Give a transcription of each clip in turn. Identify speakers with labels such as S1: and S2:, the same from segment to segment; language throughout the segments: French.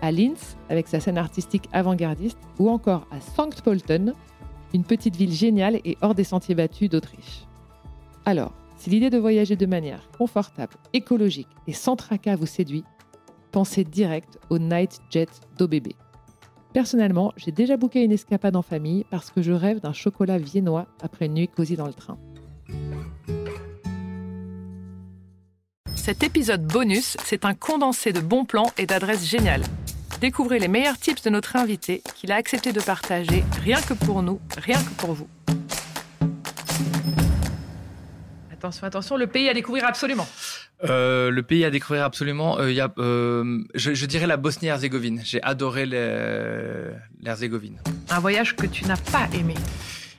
S1: à Linz avec sa scène artistique avant-gardiste, ou encore à Sankt Pölten, une petite ville géniale et hors des sentiers battus d'Autriche. Alors, si l'idée de voyager de manière confortable, écologique et sans tracas vous séduit, pensez direct au Night Jet d'OBB. Personnellement, j'ai déjà booké une escapade en famille parce que je rêve d'un chocolat viennois après une nuit cosy dans le train.
S2: Cet épisode bonus, c'est un condensé de bons plans et d'adresses géniales. Découvrez les meilleurs tips de notre invité qu'il a accepté de partager rien que pour nous, rien que pour vous. Attention, attention, le pays à découvrir absolument.
S3: Euh, le pays à découvrir absolument, euh, il y a, euh, je, je, dirais la Bosnie-Herzégovine. J'ai adoré l'Herzégovine.
S2: Un voyage que tu n'as pas aimé.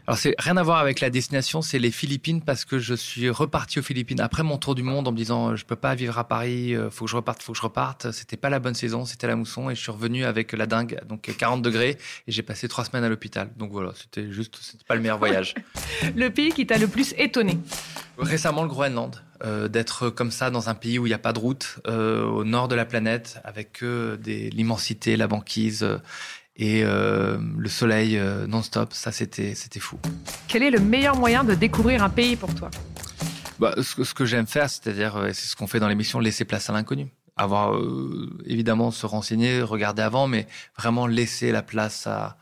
S3: Alors c'est rien à voir avec la destination, c'est les Philippines parce que je suis reparti aux Philippines après mon tour du monde en me disant euh, je peux pas vivre à Paris, euh, faut que je reparte, faut que je reparte. C'était pas la bonne saison, c'était la mousson et je suis revenu avec la dingue, donc 40 degrés et j'ai passé trois semaines à l'hôpital. Donc voilà, c'était juste, c'était pas le meilleur voyage.
S2: le pays qui t'a le plus étonné
S3: Récemment le Groenland. Euh, d'être comme ça dans un pays où il n'y a pas de route, euh, au nord de la planète, avec que des l'immensité, la banquise euh, et euh, le soleil euh, non-stop. Ça, c'était c'était fou.
S2: Quel est le meilleur moyen de découvrir un pays pour toi
S3: bah, ce, ce que j'aime faire, c'est-à-dire, euh, c'est ce qu'on fait dans l'émission, laisser place à l'inconnu avoir euh, évidemment se renseigner, regarder avant, mais vraiment laisser la place à,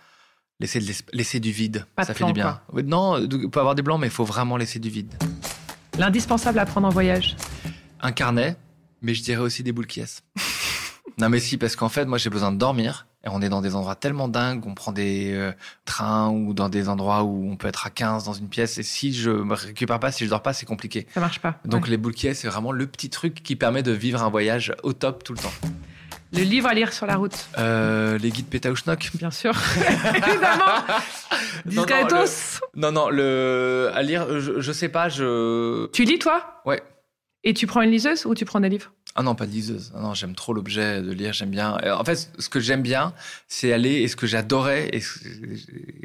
S3: laisser, de laisser du vide.
S2: Pas
S3: ça
S2: de
S3: fait
S2: plan,
S3: du bien.
S2: quoi.
S3: Non, on peut avoir des blancs, mais il faut vraiment laisser du vide.
S2: L'indispensable à prendre en voyage
S3: Un carnet, mais je dirais aussi des boules qui est. Non mais si, parce qu'en fait, moi j'ai besoin de dormir. Et on est dans des endroits tellement dingues, on prend des euh, trains ou dans des endroits où on peut être à 15 dans une pièce. Et si je me récupère pas, si je dors pas, c'est compliqué.
S2: Ça marche pas.
S3: Donc
S2: Ouais.
S3: les boules qui est, c'est vraiment le petit truc qui permet de vivre un voyage au top tout le temps.
S2: Le livre à lire sur la route,
S3: Euh, les guides Pétaouchnock
S2: bien sûr. Évidemment.
S3: Non, non,
S2: Discretos.
S3: Non, non, le... à lire, euh, je, je sais pas, je...
S2: Tu lis toi
S3: Ouais.
S2: Et tu prends une liseuse ou tu prends des livres
S3: Ah non, pas de liseuse. Ah non, j'aime trop l'objet de lire. J'aime bien. Euh, En fait, ce que j'aime bien, c'est aller et ce que j'adorais. Et ce-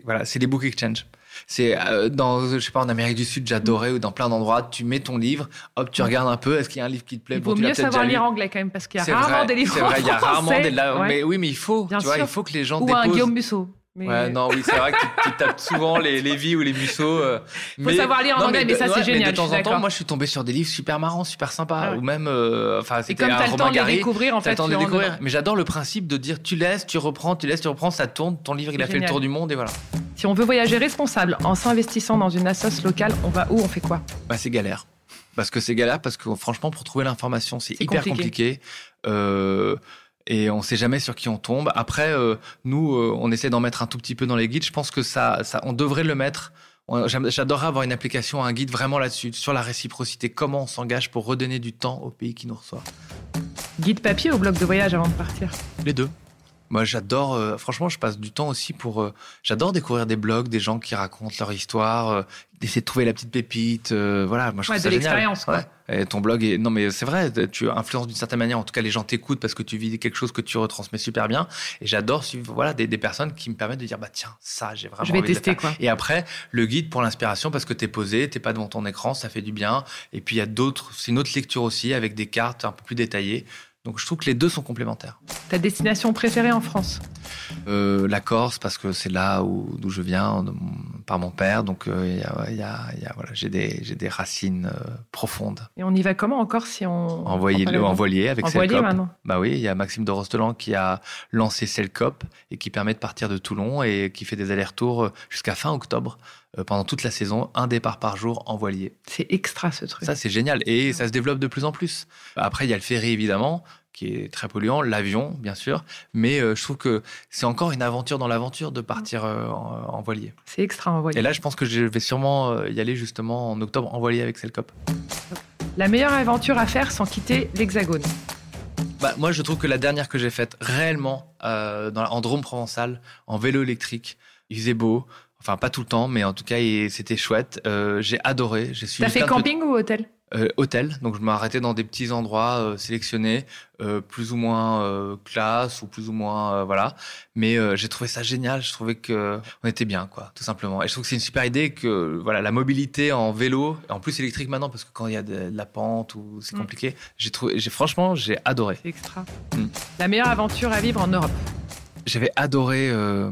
S3: voilà, c'est les book exchange. C'est euh, dans, je sais pas, en Amérique du Sud, j'adorais ou dans plein d'endroits, tu mets ton livre, hop, tu regardes un peu. Est-ce qu'il y a un livre qui te plaît
S2: Il
S3: Bon,
S2: vaut
S3: tu l'as
S2: mieux
S3: peut-être
S2: savoir
S3: déjà
S2: lire
S3: lu.
S2: anglais quand même, parce qu'il y a
S3: C'est
S2: rarement
S3: vrai,
S2: des livres
S3: C'est vrai, il y a
S2: en français.
S3: rarement des. la-
S2: Ouais.
S3: Mais oui, mais il faut.
S2: Bien
S3: tu vois,
S2: sûr.
S3: il faut que les gens
S2: Ou
S3: déposent.
S2: un Guillaume Musso. Mais
S3: Ouais, non, oui, c'est vrai que tu, tu tapes souvent les, les vies ou les musso. Euh, mais-
S2: savoir lire en
S3: non,
S2: anglais, mais
S3: de-
S2: ça, c'est
S3: ouais,
S2: génial, je
S3: de temps
S2: suis
S3: en temps,
S2: d'accord.
S3: moi, je suis tombé sur des livres super marrants, super sympas,
S2: Ah ouais.
S3: ou même, euh, enfin,
S2: Et
S3: c'était
S2: comme
S3: un
S2: t'as le temps
S3: Romain
S2: de les
S3: Gary.
S2: découvrir, en fait,
S3: T'attends
S2: tu
S3: de
S2: rentres
S3: découvrir.
S2: dedans.
S3: Mais j'adore le principe de dire, tu laisses, tu reprends, tu laisses, tu reprends, ça tourne. Ton livre, il a fait
S2: Génial.
S3: le tour du monde et voilà.
S2: Si on veut voyager responsable en s'investissant dans une assoce locale, on va où On fait quoi
S3: Bah, c'est galère. Parce que c'est galère, parce que franchement, pour trouver l'information, c'est
S2: C'est
S3: hyper
S2: compliqué.
S3: compliqué. Euh, et on sait jamais sur qui on tombe. Après, euh, nous, euh, on essaie d'en mettre un tout petit peu dans les guides. Je pense que ça, ça on devrait le mettre. On- j'aime- J'adorerais avoir une application, un guide vraiment là-dessus, sur la réciprocité, comment on s'engage pour redonner du temps au pays qui nous reçoit.
S2: Guide papier ou bloc de voyage avant de partir
S3: Les deux. Moi, j'adore. euh, franchement, je passe du temps aussi pour. euh, j'adore découvrir des blogs, des gens qui racontent leur histoire, euh, d'essayer de trouver la petite pépite. euh, voilà, moi, je
S2: Ouais,
S3: trouve
S2: de
S3: ça génial.
S2: l'expérience, quoi.
S3: Ouais. Et ton blog, est... non, mais c'est vrai, tu influences d'une certaine manière. En tout cas, les gens t'écoutent parce que tu vis quelque chose que tu retransmets super bien. Et j'adore suivre, voilà, des, des personnes qui me permettent de dire, bah tiens, ça, j'ai vraiment.
S2: Je vais
S3: envie de le
S2: tester,
S3: faire.
S2: quoi.
S3: Et après, le guide pour l'inspiration parce que t'es posé, t'es pas devant ton écran, ça fait du bien. Et puis il y a d'autres, c'est une autre lecture aussi avec des cartes un peu plus détaillées. Donc je trouve que les deux sont complémentaires.
S2: Ta destination préférée en France
S3: Euh, la Corse parce que c'est là où d'où je viens de mon- par mon père donc euh, il y a, il y a- il y a- voilà j'ai des j'ai des racines euh, profondes
S2: Et on y va comment encore si on...
S3: en voilier,
S2: on-
S3: en voilier avec
S2: en
S3: Selcop.
S2: voilier maintenant
S3: bah oui il y a Maxime de Rostelan qui a lancé Selcop et qui permet de partir de Toulon et qui fait des allers-retours euh, jusqu'à fin octobre euh, pendant toute la saison un départ par jour en voilier
S2: C'est extra ce truc.
S3: ça c'est génial et ça se développe de plus en plus après il y a le ferry évidemment qui est très polluant, l'avion bien sûr, mais euh, je trouve que c'est encore une aventure dans l'aventure de partir euh, en- en voilier.
S2: C'est extra en voilier.
S3: Et là, je pense que je vais sûrement euh, y aller justement en octobre en voilier avec Selcop.
S2: La meilleure aventure à faire sans quitter l'Hexagone.
S3: Bah, moi, je trouve que la dernière que j'ai faite réellement euh, dans la- en Drôme provençal, en vélo électrique, il faisait beau. Enfin, pas tout le temps, mais en tout cas, il- c'était chouette. Euh, j'ai adoré. J'ai suivi
S2: T'as fait
S3: plein de petits-
S2: camping ou hôtel
S3: euh, hôtel. Donc, je m'arrêtais dans des petits endroits euh, sélectionnés, euh, plus ou moins euh, classe ou plus ou moins euh, voilà. Mais euh, j'ai trouvé ça génial. Je trouvais que on était bien, quoi, tout simplement. Et je trouve que c'est une super idée que voilà la mobilité en vélo, en plus électrique maintenant, parce que quand il y a de, de la pente ou c'est
S2: Mm.
S3: compliqué, j'ai trouvé. J'ai franchement, j'ai adoré.
S2: C'est extra.
S3: Mm.
S2: La meilleure aventure à vivre en Europe.
S3: J'avais adoré euh,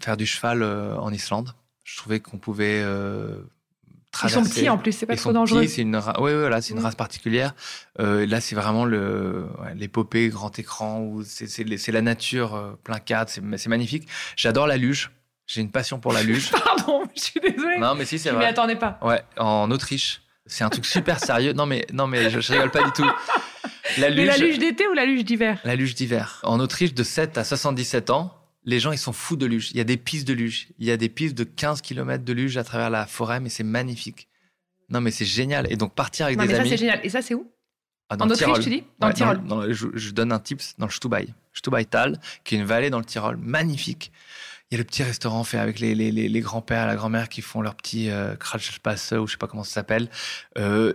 S3: faire du cheval euh, en Islande. Je trouvais qu'on pouvait
S2: Ils
S3: euh,
S2: sont
S3: traverser.
S2: petits en plus, c'est pas
S3: Ils
S2: trop
S3: sont
S2: dangereux.
S3: petits, C'est une, ra- ouais, ouais, voilà, c'est une
S2: Mm.
S3: race particulière. Euh, là, c'est vraiment le ouais, l'épopée grand écran où c'est- c'est les- c'est la nature euh, plein cadre. C'est c'est magnifique. J'adore la luge. J'ai une passion pour la luge.
S2: Pardon, je suis désolée.
S3: non, mais si, c'est
S2: je m'y
S3: vrai.
S2: attendais pas.
S3: Ouais, en Autriche. C'est un truc super sérieux. Non, mais non, mais je, je rigole pas du tout. La
S2: Mais la luge d'été ou la luge d'hiver
S3: la luge d'hiver. En Autriche, de 7 à 77 ans, les gens, ils sont fous de luge. Il y a des pistes de luge. Il y a des pistes de 15 km de luge à travers la forêt, mais c'est magnifique. Non, mais c'est génial. Et donc, partir avec
S2: Non,
S3: des
S2: mais ça, c'est
S3: amis.
S2: génial. Et ça, c'est où
S3: Ah, dans
S2: En
S3: le
S2: Autriche,
S3: Tyrol.
S2: tu dis Dans
S3: Ouais,
S2: le Tyrol.
S3: dans le- je, je donne un tips dans le Stubai. Stubaital, qui est une vallée dans le Tyrol, magnifique. Il y a le petit restaurant fait avec les, les, les, les grands-pères, la grand-mère qui font leur petit euh, Kratschpass, euh, ou je sais pas comment ça s'appelle. Euh,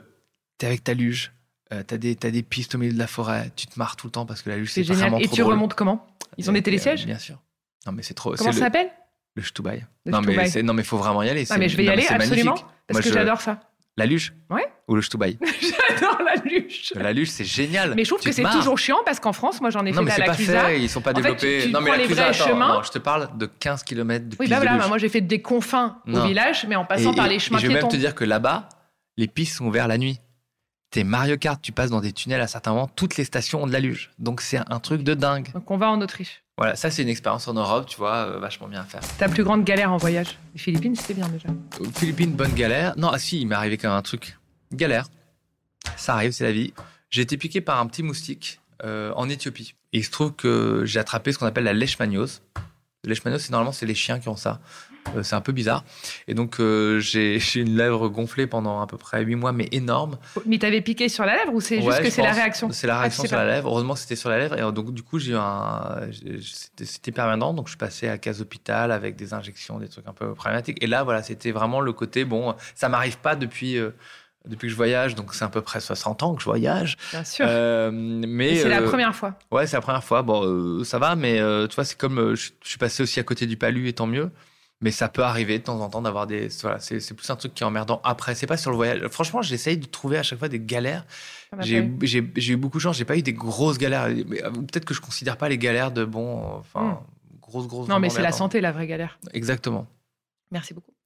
S3: t'es avec ta luge, euh, t'as des, t'as des pistes au milieu de la forêt, tu te marres tout le temps parce que la luge, c'est
S2: C'est génial.
S3: vraiment
S2: Et
S3: trop
S2: tu
S3: drôle.
S2: remontes comment Ils ont
S3: Et,
S2: des télésièges
S3: euh, Bien sûr. Non, mais c'est trop.
S2: Comment
S3: c'est
S2: ça
S3: le,
S2: s'appelle
S3: le Stubai.
S2: Le
S3: non, mais
S2: Stubai.
S3: c'est- non, mais faut vraiment y aller.
S2: Ah,
S3: c'est-
S2: mais je vais y
S3: non,
S2: aller,
S3: c'est magnifique.
S2: absolument. Parce
S3: Moi,
S2: que
S3: je-
S2: j'adore ça.
S3: La luge
S2: Ouais.
S3: Ou le Stubai
S2: J'adore la luge.
S3: La luge, c'est génial.
S2: Mais je trouve
S3: Tu
S2: que
S3: te
S2: c'est
S3: marres.
S2: toujours chiant parce qu'en France, moi, j'en ai
S3: Non,
S2: fait
S3: mais
S2: à
S3: c'est
S2: la
S3: pas
S2: Clusa.
S3: fait, ils sont pas
S2: En fait,
S3: développés.
S2: tu
S3: non, mais
S2: prends
S3: la
S2: les
S3: Clusa,
S2: vrais
S3: attends,
S2: chemins.
S3: non, je te parle de 15 km de
S2: Oui,
S3: piste
S2: bah
S3: de
S2: voilà,
S3: luge.
S2: moi, j'ai fait des confins au
S3: Non.
S2: village, mais en passant
S3: Et-
S2: par
S3: et-
S2: les
S3: et
S2: chemins
S3: Je vais même
S2: piétons.
S3: te dire que là-bas, les pistes sont ouvertes la nuit. T'es Mario Kart, tu passes dans des tunnels à certains moments, toutes les stations ont de la luge. Donc c'est un truc de dingue.
S2: Donc, on va en Autriche.
S3: Voilà, ça c'est une expérience en Europe, tu vois, euh, vachement bien à faire.
S2: Ta plus grande galère en voyage Les Philippines, c'était bien déjà.
S3: Aux Philippines, bonne galère. Non, ah si, il m'est arrivé quand même un truc. Galère. Ça arrive, c'est la vie. J'ai été piqué par un petit moustique euh, en Éthiopie. Et il se trouve que j'ai attrapé ce qu'on appelle la leishmaniose. La leishmaniose, c'est normalement c'est les chiens qui ont ça. Euh, c'est un peu bizarre. Et donc euh, j'ai j'ai une lèvre gonflée pendant à peu près 8 mois, mais énorme.
S2: Mais t'avais piqué sur la lèvre ou c'est
S3: Ouais,
S2: juste que
S3: je
S2: c'est la
S3: pense. Euh,
S2: réaction
S3: C'est la réaction
S2: sais
S3: sur
S2: pas.
S3: la lèvre. Heureusement que c'était sur la lèvre. Et donc, du coup, j'ai eu un. j'ai- C'était c'était permanent. Donc, je suis passé à case hôpital avec des injections, des trucs un peu problématiques. Et là, voilà, c'était vraiment le côté. Bon, ça m'arrive pas depuis. euh, depuis que je voyage, donc c'est à peu près 60 ans que je voyage.
S2: Bien sûr.
S3: Euh, mais
S2: Et c'est la
S3: euh,
S2: première fois.
S3: Ouais, c'est la première fois. Bon, euh, ça va, mais euh, tu vois, c'est comme euh, je, je suis passé aussi à côté du palu, et tant mieux. Mais ça peut arriver de temps en temps d'avoir des. Voilà, c'est c'est plus un truc qui est emmerdant après. C'est pas sur le voyage. Franchement, j'essaye de trouver à chaque fois des galères
S2: Ça m'a
S3: j'ai
S2: pas eu.
S3: j'ai- j'ai eu beaucoup de chance, j'ai pas eu des grosses galères. Mais, euh, Peut-être que je considère pas les galères de bon, euh, enfin,
S2: Mm.
S3: grosse, grosse.
S2: Non, mais c'est la
S3: emmerdante.
S2: santé, la vraie galère.
S3: Exactement.
S2: Merci beaucoup.